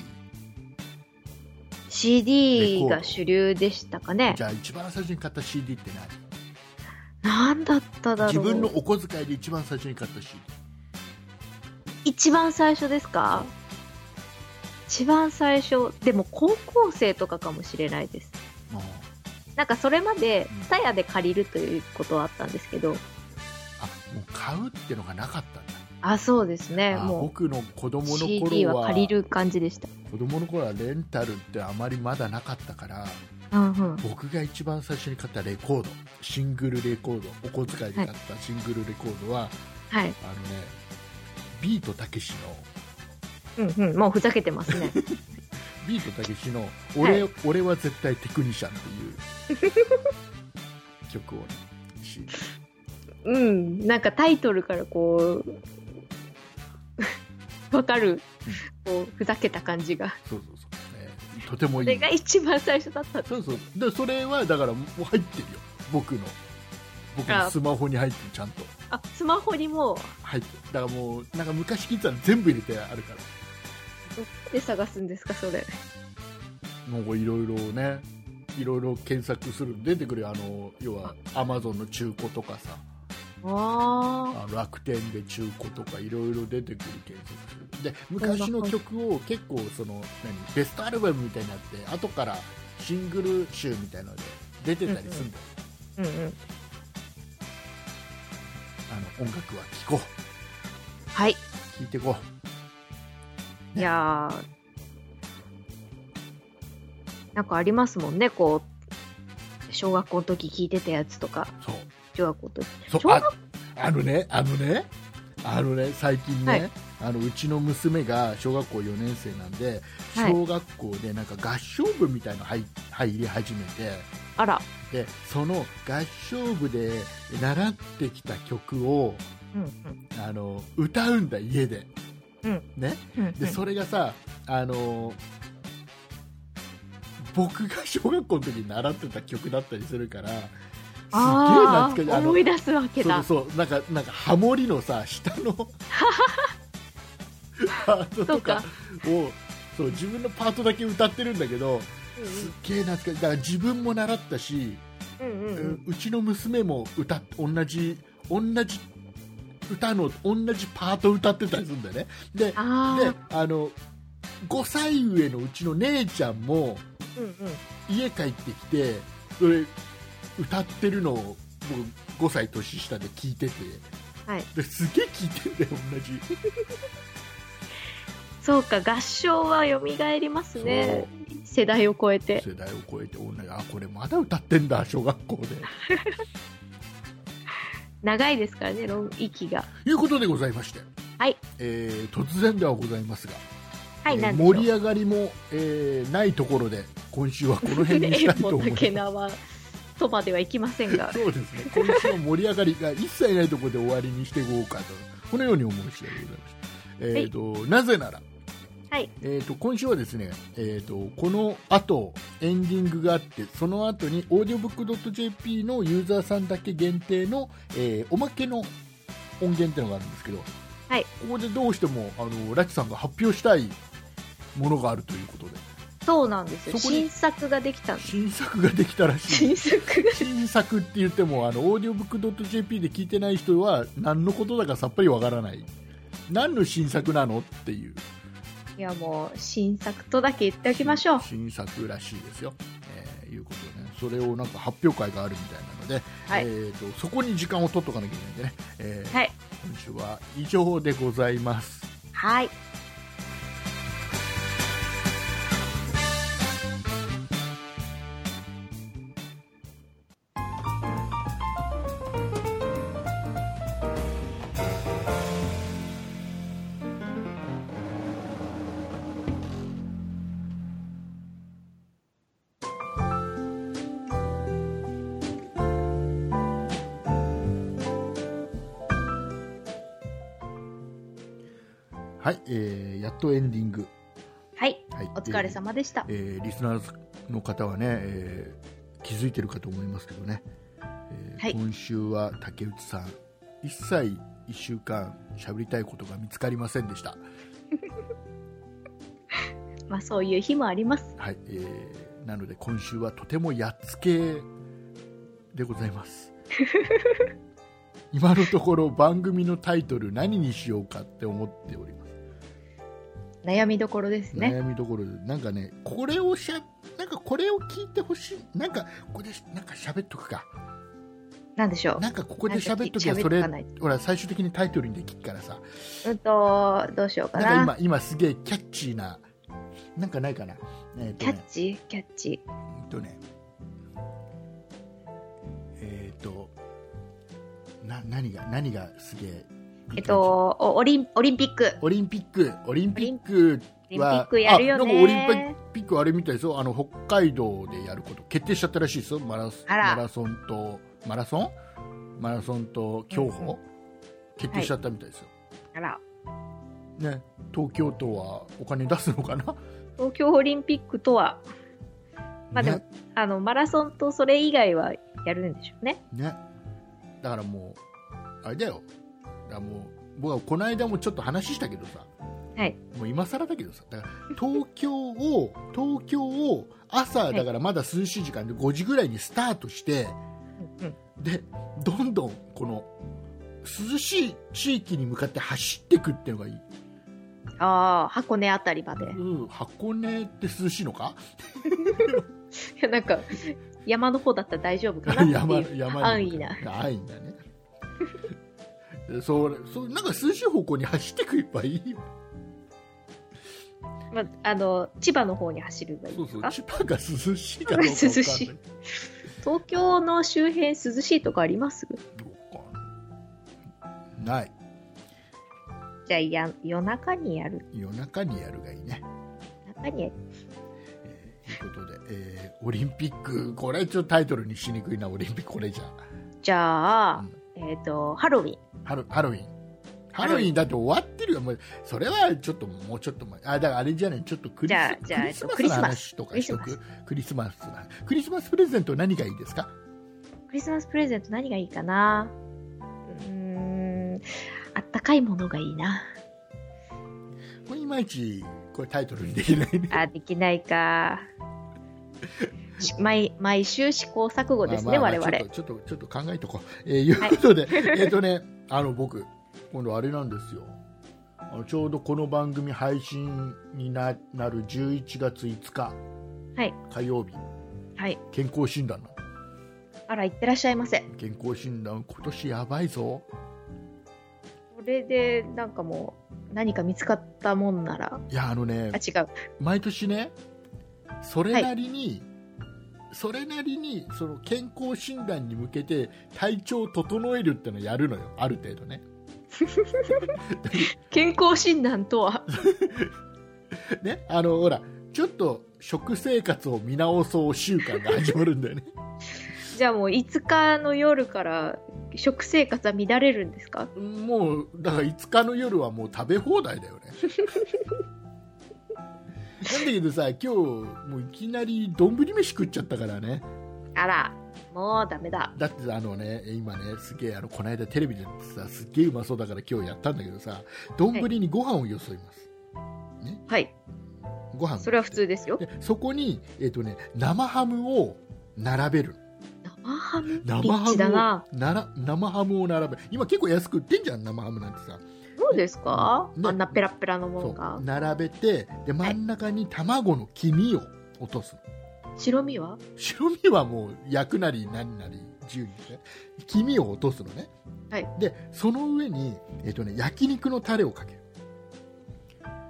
CD が主流でしたかね
じ。ゃあ一番最初に買った CD って何
なんだっただろう。
自分のお小遣いで一番最初に買った CD
一番最初ですか一番最初。でも高校生とかかもしれないです。
あ
なんかそれまで
うん、
ツタヤで借りるということはあったんですけど、
あもう買うってのがなかったんだ
あ、そうですね。
あ
も
僕の子
う
供の頃
CD は借りる感じでした。
子供の頃はレンタルってあまりまだなかったから
うんうん。
僕が一番最初に買ったレコードシングルレコードお小遣いで買ったシングルレコードは、
は
あの
い。
ねビートたけしの
うんうん。もうふざけてますね。
ビートたけしの俺,、俺は絶対テクニシャン」っていう曲をねし
うん、なんかタイトルからこう、 [LAUGHS] わかる、こう、ふざけた感じが。
そうそうそう、えーとても
そ
い
れ
い
が一番最初だった。
そうそうでそれはだからもう入ってるよ僕の僕のスマホに入ってるちゃんと
あ、スマホにも
入ってるだからもうなんか昔聞いてたの全部入れてあるから
う、で探すんですか、それ。
なんかいろいろねいろいろ検索する出てくるよあの要はアマゾンの中古とかさ
あ
あの楽天で中古とかいろいろ出てくる検索するで昔の曲を結構その何ベストアルバムみたいになって後からシングル集みたいなので出てたりするんだよ、
あ、うんうん。
あの音楽は聴こ
はい。
う聴いてこう
いやー、なんかありますもんね、こう、小学校の時聞いてたやつとか、
そう
小学校の時。
そう
小
あ
学
あのねあのねあのね最近ね、
はい
あのうちの娘が小学校4年生なんで
はい
小学校でなんか合唱部みたいの入入り始めて
あら、
でその合唱部で習ってきた曲を
うんうん
あの歌うんだ家で、
うん
ね、
うんうん。
でそれがさあの僕が小学校の時に習ってた曲だったりするからすげえ
あ
懐かしい
あ、
あの
思い出すわけだ。
そうそうなんかなんかハモリのさ下の
[LAUGHS]
パートとかをそう自分のパートだけ歌ってるんだけどすっげえ懐かしいだから自分も習ったし、
うんうん
う
うん。
ちの娘も歌っ同じ同じ歌の同じパート歌ってたりするんだよねで
あ
であの5歳上のうちの姉ちゃんも
あ、うんうん。
家帰ってきてそれ歌ってるのを僕5歳年下で聞いてて、
はい
ですげえ聞いてんだよ同じ
そうか、合唱は蘇りますね。世代を超えて。
世代を超えて同じあこれまだ歌ってんだ小学校で
長いですからね、ロン息が。
いうことでございまして、
はい
えー突然ではございますが、
はい、
えー
なんでしょう。
盛り上がりも、えーないところで今週はこの辺にしたいと
[LAUGHS]
思い
も
ま
け
す。
なはそばではいきませんが
そうですね今週の盛り上がりが一切ないところで終わりにしていこうかとこのように思う次第でございますえーとなぜなら、
はい
えー、と今週はですね、えー、とこのあとエンディングがあってその後にオーディオブックドット JP のユーザーさんだけ限定の、えーおまけの音源っていうのがあるんですけど、
はい
ここでどうしてもあのラチさんが発表したいものがあるということで
そうなんですよ。
そこに
新作ができたんです。
新作ができたらしい
新作が。
新作って言ってもあのオーディオブックドット JP で聞いてない人は何のことだかさっぱりわからない何の新作なのっていう
[LAUGHS] いやもう、新作とだけ言っておきましょう。
新作らしいですよ、えーいうことでねそれをなんか発表会があるみたいなので、
はい
えー、とそこに時間を取っとかなきゃいけないんでね、えー
はい。
今週は以上でございます
はい。
はい、えーやっとエンディング、
はい。
はい、
お疲れ様でした。
えーリスナーの方はね、えー気づいてるかと思いますけどね、えー
はい
今週は竹内さん一切1週間喋りたいことが見つかりませんでした、
まあそういう日もあります。
はいえーなので今週はとてもやっつけでございます
[LAUGHS]
今のところ番組のタイトル何にしようかって思っております
悩みどころですね。
悩みどころでなんかねこれをしゃなんかこれを聞いてほしいなんかここでなんか喋っとくか
なんでしょう。
なんかここで喋っとき
な
ゃ
んか
それ
喋っとかない
ほら最終的にタイトルにできっからさ
うんと、どうしようか
な
な。
んか今今すげえキャッチーななんかないかなえっ、
キャ
と
ッ
ね
チキャッチ。
えっとねえっ、とな何が何がすげえいい感じ
えっと、おオリン、オリンピック。
オリンピックオリンピック
オリンピッ
は
クやるよ
あなんかオリン
ね。
ピックあれみたいですよあの北海道でやること決定しちゃったらしいですよマラス
あら
マラソンとマラソンマラソンと競歩、
うんうん
決定しちゃったみたいですよ、
あら。
ね、東京都はお金出すのかな、
東京オリンピックとは、まあでも
ね
あの、マラソンとそれ以外はやるんでしょうね。
ねだからもうあれだよだからもう僕はこの間もちょっと話したけどさ
はい。
もう今更だけどさだから東京を [LAUGHS] 東京を朝
い
だからまだ涼しい時間で5時ぐらいにスタートして、
うんうん
でどんどんこの涼しい地域に向かって走っていくっていうのがいい、
ああ、箱根あたりまで。い
うん、箱根って涼しいのか
や、なんか、山の方だったら大丈夫かな
山
っていう。
[LAUGHS] 山
安易な。
安易なねそうそうなんか涼しい方向に走ってくればいいよ
まあ、あの千葉の方に走ればいい
そう
で
そ
す
う
か
千葉が涼しいかどうかわかんない
[LAUGHS] 涼しい東京の周辺涼しいとこあります
どうかなない
じゃあや夜中にやる
夜中にやるがいいね
夜中にやる
えーということで、えーオリンピックこれちょっとタイトルにしにくいなオリンピックこれじゃ
じゃあ、
うん
えっ、とハロウィン
ハロハロウィンハロウィンだって終わってるよもうそれはちょっともうちょっと前あだからあれじゃないちょっとクリ
じゃあじゃあ
スクリスマスの話と
ク
か
リ
し
ス
と
マス
くクリスマスなクリスマスプレゼント何がいいですか
クリスマスプレゼント何がいいかなうーんあったかいものがいいな
これいまいちこれタイトルにできないね
あできないか [LAUGHS] し毎毎週試行錯誤ですね、
まあまあまあ
我々
ちょっとちょっとちょっと考えとこう、えーいうことで、 [LAUGHS] えっとねあの僕今度あれなんですよあのちょうどこの番組配信にななる11月5日
はい
火曜日
はい
健康診断な
あらいってらっしゃいませ
の健康診断今年やばいぞ
これでなんかもう何か見つかったもんなら
いやあのね
あ違う
毎年ねそれなりに、それなりにその健康診断に向けて体調を整えるってのをやるのよある程度ね
健康診断と
[LAUGHS]
は
ねあのほらちょっと食生活を見直そう習慣が始まるんだよね
じゃあもう5日の夜から食生活は乱れるんですか
もうだから5日の夜はもう食べ放題だよねなんだけどさ今日もういきなり丼飯食っちゃったからね
あらもうダメだ
だってあのね今ねすげえあのこの間テレビでさすっげえうまそうだから今日やったんだけどさ丼にご飯をよそいます、
はい
ご飯
それは普通ですよ
でそこに、えっとね、生ハムを並べる
生ハムリ
生
ッ
ハ
チ
ム
だ
を
な
なら生ハムを並べる今結構安く売ってんじゃん生ハムなんてさ
そうですか、
ね
あんなペラペラのも
そ
の
う
が
並べてで真ん中に卵の黄身を落とす
白身は
白身はもう焼くなり何なり自由にね黄身を落とすのね、
はい
でその上に、えっとね、焼肉のタレをかける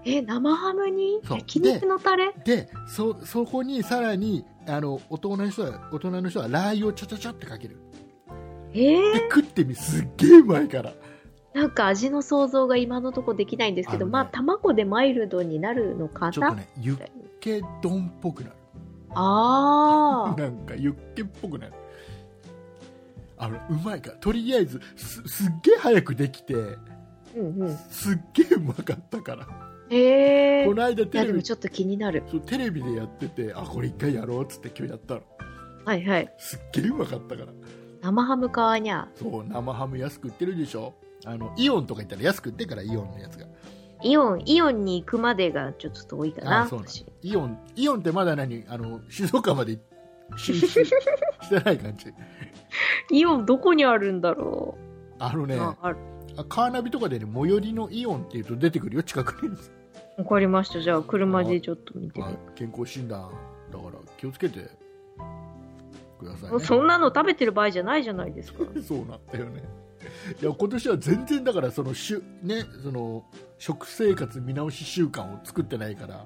え生ハムに
そう
焼肉のタレ
でそそこにさらにあの大人の人は大人の人はラー油をちょちょちょってかける
えー
で、食ってみすっげえうまいから
なんか味の想像が今のとこできないんですけど
あのね
まあ卵でマイルドになるのか
ちょっ
な、
とねユッケ丼っぽくなる [LAUGHS]
ああ
なんかユッケっぽくなるあのうまいからとりあえずすすっげえ早くできて
うんうん
すっげえうまかったから
え
こ
ー、い
の間テ
や
レ
でも
ビ
ちょっと気になる
そうテレビでやっててあこれ一回やろうっつって今日やったの
はいはい
すっげえうまかったから
生ハムかわにゃ
そう生ハム安く売ってるでしょあのイオンとか行ったら安く売ってるからイオンのやつが
イオンイオンに行くまでがちょっと遠いかな
あそうなんだ
私
イオンイオンってまだ何あの静岡まで進出してない感じ
イオンどこにあるんだろ
あの
う、
ね
あある
あカーナビとかでね最寄りのイオンっていうと出てくるよ近くに、
わかりましたじゃあ車でちょっと見てみ
まあ
る、
健康診断だから気をつけてください
も
ね
うそんなの食べてる場合じゃないじゃな
[LAUGHS]
いですか
そうなんだよねいや今年は全然だからそのしゅ、ね、その食生活見直し習慣を作ってないから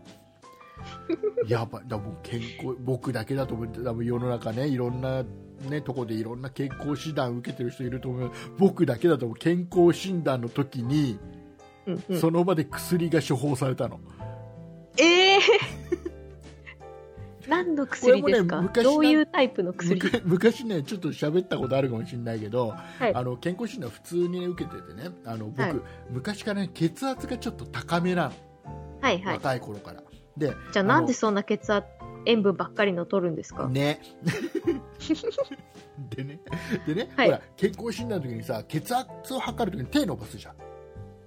[LAUGHS]
やばいだからもう健康僕だけだと思って多分世の中ねいろんな、ね、とこでいろんな健康診断受けてる人いると思う僕だけだと思う健康診断の時に、
うん、うん、
その場で薬が処方されたの
[LAUGHS] ええ何の薬ですか、
これもね昔な
どういうタイプの薬
昔昔ねちょっと喋ったことあるかもしれないけど、
い
あの健康診断普通に、ね、受けててねあの僕、
はい
昔から、ね、血圧がちょっと高めなの、
はいはい
若い頃からで
じゃあなんでそんな血圧塩分ばっかりの取るんですか、
ね
[LAUGHS]
でねでね、
はい
ほら健康診断の時にさ血圧を測る時に手伸ばすじゃん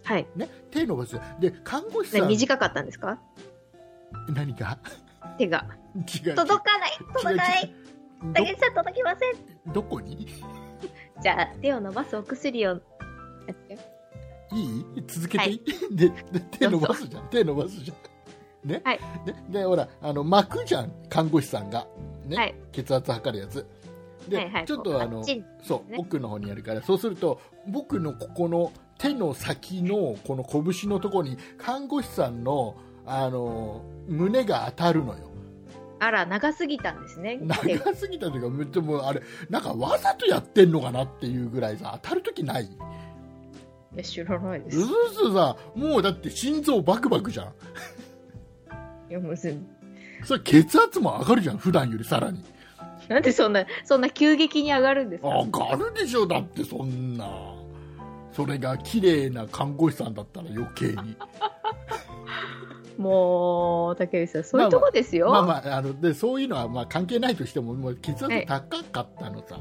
はい
ね手伸ばすじゃんで看護師
ね
さん
短かったんですか
何か
手が
違う
届かない届かな
違
い竹内さん届きません
どどこに
じゃあ手を伸ばすお薬を
いい続けていい、でで手伸ばすじゃん手伸ばすじゃんね、
はい
ねでほらあの巻くじゃん看護師さんが、ね
はい
血圧測るやつで、
はいはい
ちょっとあ
こう
の
チン
そう、
ね
奥の方にやるからそうすると僕のここの手の先のこの拳のところに看護師さんのあの胸が当たるのよ
あら、長すぎたんですね。結構
長すぎたというかめっちゃもうあれなんかわざとやってんのかなっていうぐらいさ当たる時ない
いや知らないです。
う
い
すうすさもうだって心臓バクバクじゃん
や、むずい。
それ血圧も上がるじゃん普段よりさらに
なんでそんな、そんな急激に上がるんですか
上がるでしょだってそんなそれが綺麗な看護師さんだったら余計に
もう、竹内さん、そうい
まあ
うとこですよ。
まあまああのでそういうのはまあ関係ないとしてももう血圧高かったのさ、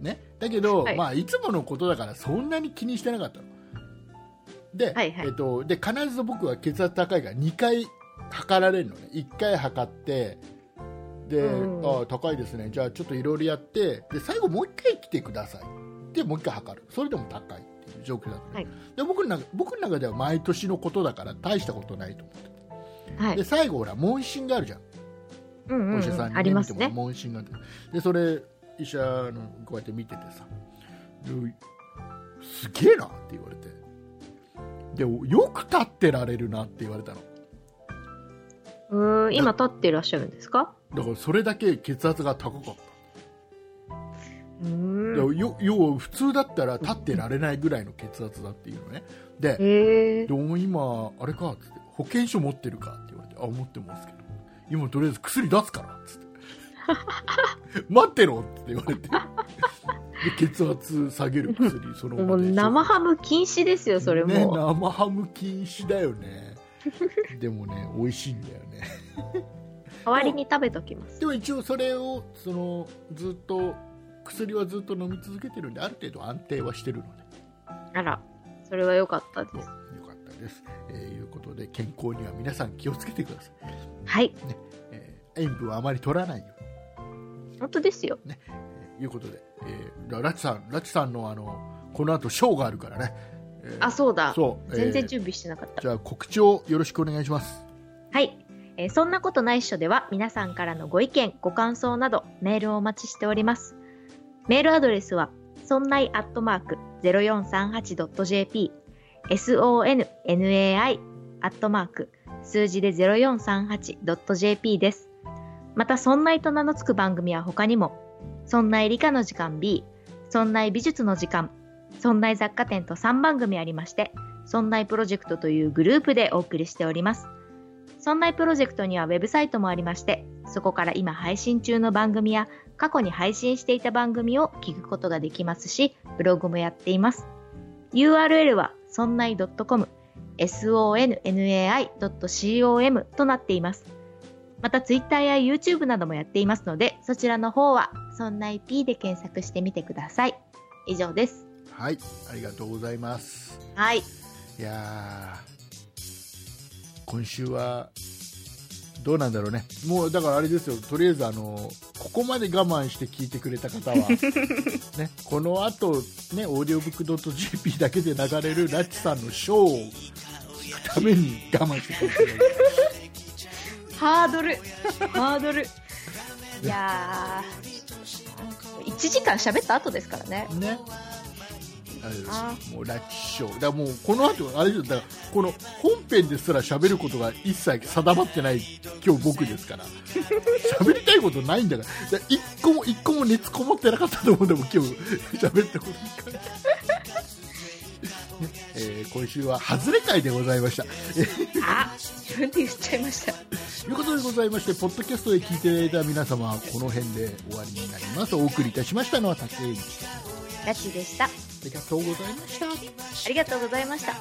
ね、だけど、
はい
いまあ、いつものことだからそんなに気にしてなかったので,、
はいはい
えっと、で必ず僕は血圧高いから2回測られるのね1回測ってで、
うん
あ高いですねじゃあちょっといろいろやってで最後もう1回来てくださいでもう1回測るそれでも高いっていう状況だった、
はい
で僕の中僕の中では毎年のことだから大したことないと思って
はい
で。最後ほら問診があるじゃん
うんうん
お
う
医者さん
ん、
に、
あります
見て
ね。
もらう問診があってでそれ医者のこうやって見ててさですげえなって言われてでよく立ってられるなって言われたの
うーん、今立っていらっしゃるんですか
だからそれだけ血圧が高かっ
うー
た、
ん。
でよ要は普通だったら立ってられないぐらいの血圧だっていうのねで
へえ
でお前今あれかっつって保険証持ってるかって言われてあ持ってますけど今とりあえず薬出すからっつって [LAUGHS] 待ってろって言われてで血圧下げる
[LAUGHS]
薬その
も
場
う
で
生ハム禁止ですよ、それ
ね、
もう。
生ハム禁止だよねでもね美味しいんだよね
代わりに食べときます
で。も一応それをそのずっと薬はずっと飲み続けてるんである程度安定はしてるので
あら、それは良かったです。
よかったです、えーいうことで健康には皆さん気をつけてください、
はい。
えー塩分はあまり取らないように
本当ですよ。
ということで、えーララチさん、ラチさんのあのこの後ショーがあるからね。えー
あ、そうだ。
そう、
全然
えー
準備してなかった。
じゃあ告知をよろしくお願いします。
はい、えーそんなことないっしょでは皆さんからのご意見ご感想などメールをお待ちしておりますメールアドレスはそんないアットマーク 0438.jp sonnai アットマーク数字で 0438.jp ですまたそんないと名の付く番組は他にもそんない理科の時間 B そんない美術の時間そんない雑貨店と3番組ありましてそんないプロジェクトというグループでお送りしておりますそんないプロジェクトにはウェブサイトもありまして、そこから今配信中の番組や過去に配信していた番組を聞くことができますし、ブログもやっています。URL はそんない .com、sonnai.com となっています。また Twitter や YouTube などもやっていますので、そちらの方はそんない P で検索してみてください。以上です。
はい、ありがとうございます。
はい。
いやー今週はどうなんだろうね。もうだからあれですよ。とりあえずあのここまで我慢して聞いてくれた [LAUGHS] 方はね、この後ね、オーディオブックドット JP だけで流れるラチさんのショーを聞くために我慢してくれてる。
ハードル [LAUGHS] ハードルいやー1時間喋った後ですからね
ねあれです
あ
もうラッチショーだからもうこの後あれですよだからこの本編ですら喋ることが一切定まってない今日僕ですから喋りたいことないんだからだから一個も一個も熱こもってなかったと思うんでもう今日喋ったことに関して、ねえー今週は外れ会でございました
あ自分で言っちゃいました
ということでございましてポッドキャストで聞いていただいた皆様はこの辺で終わりになりますお送りいたしましたのは竹内
ラチでしたあ
ありがとうございました
りがとうございました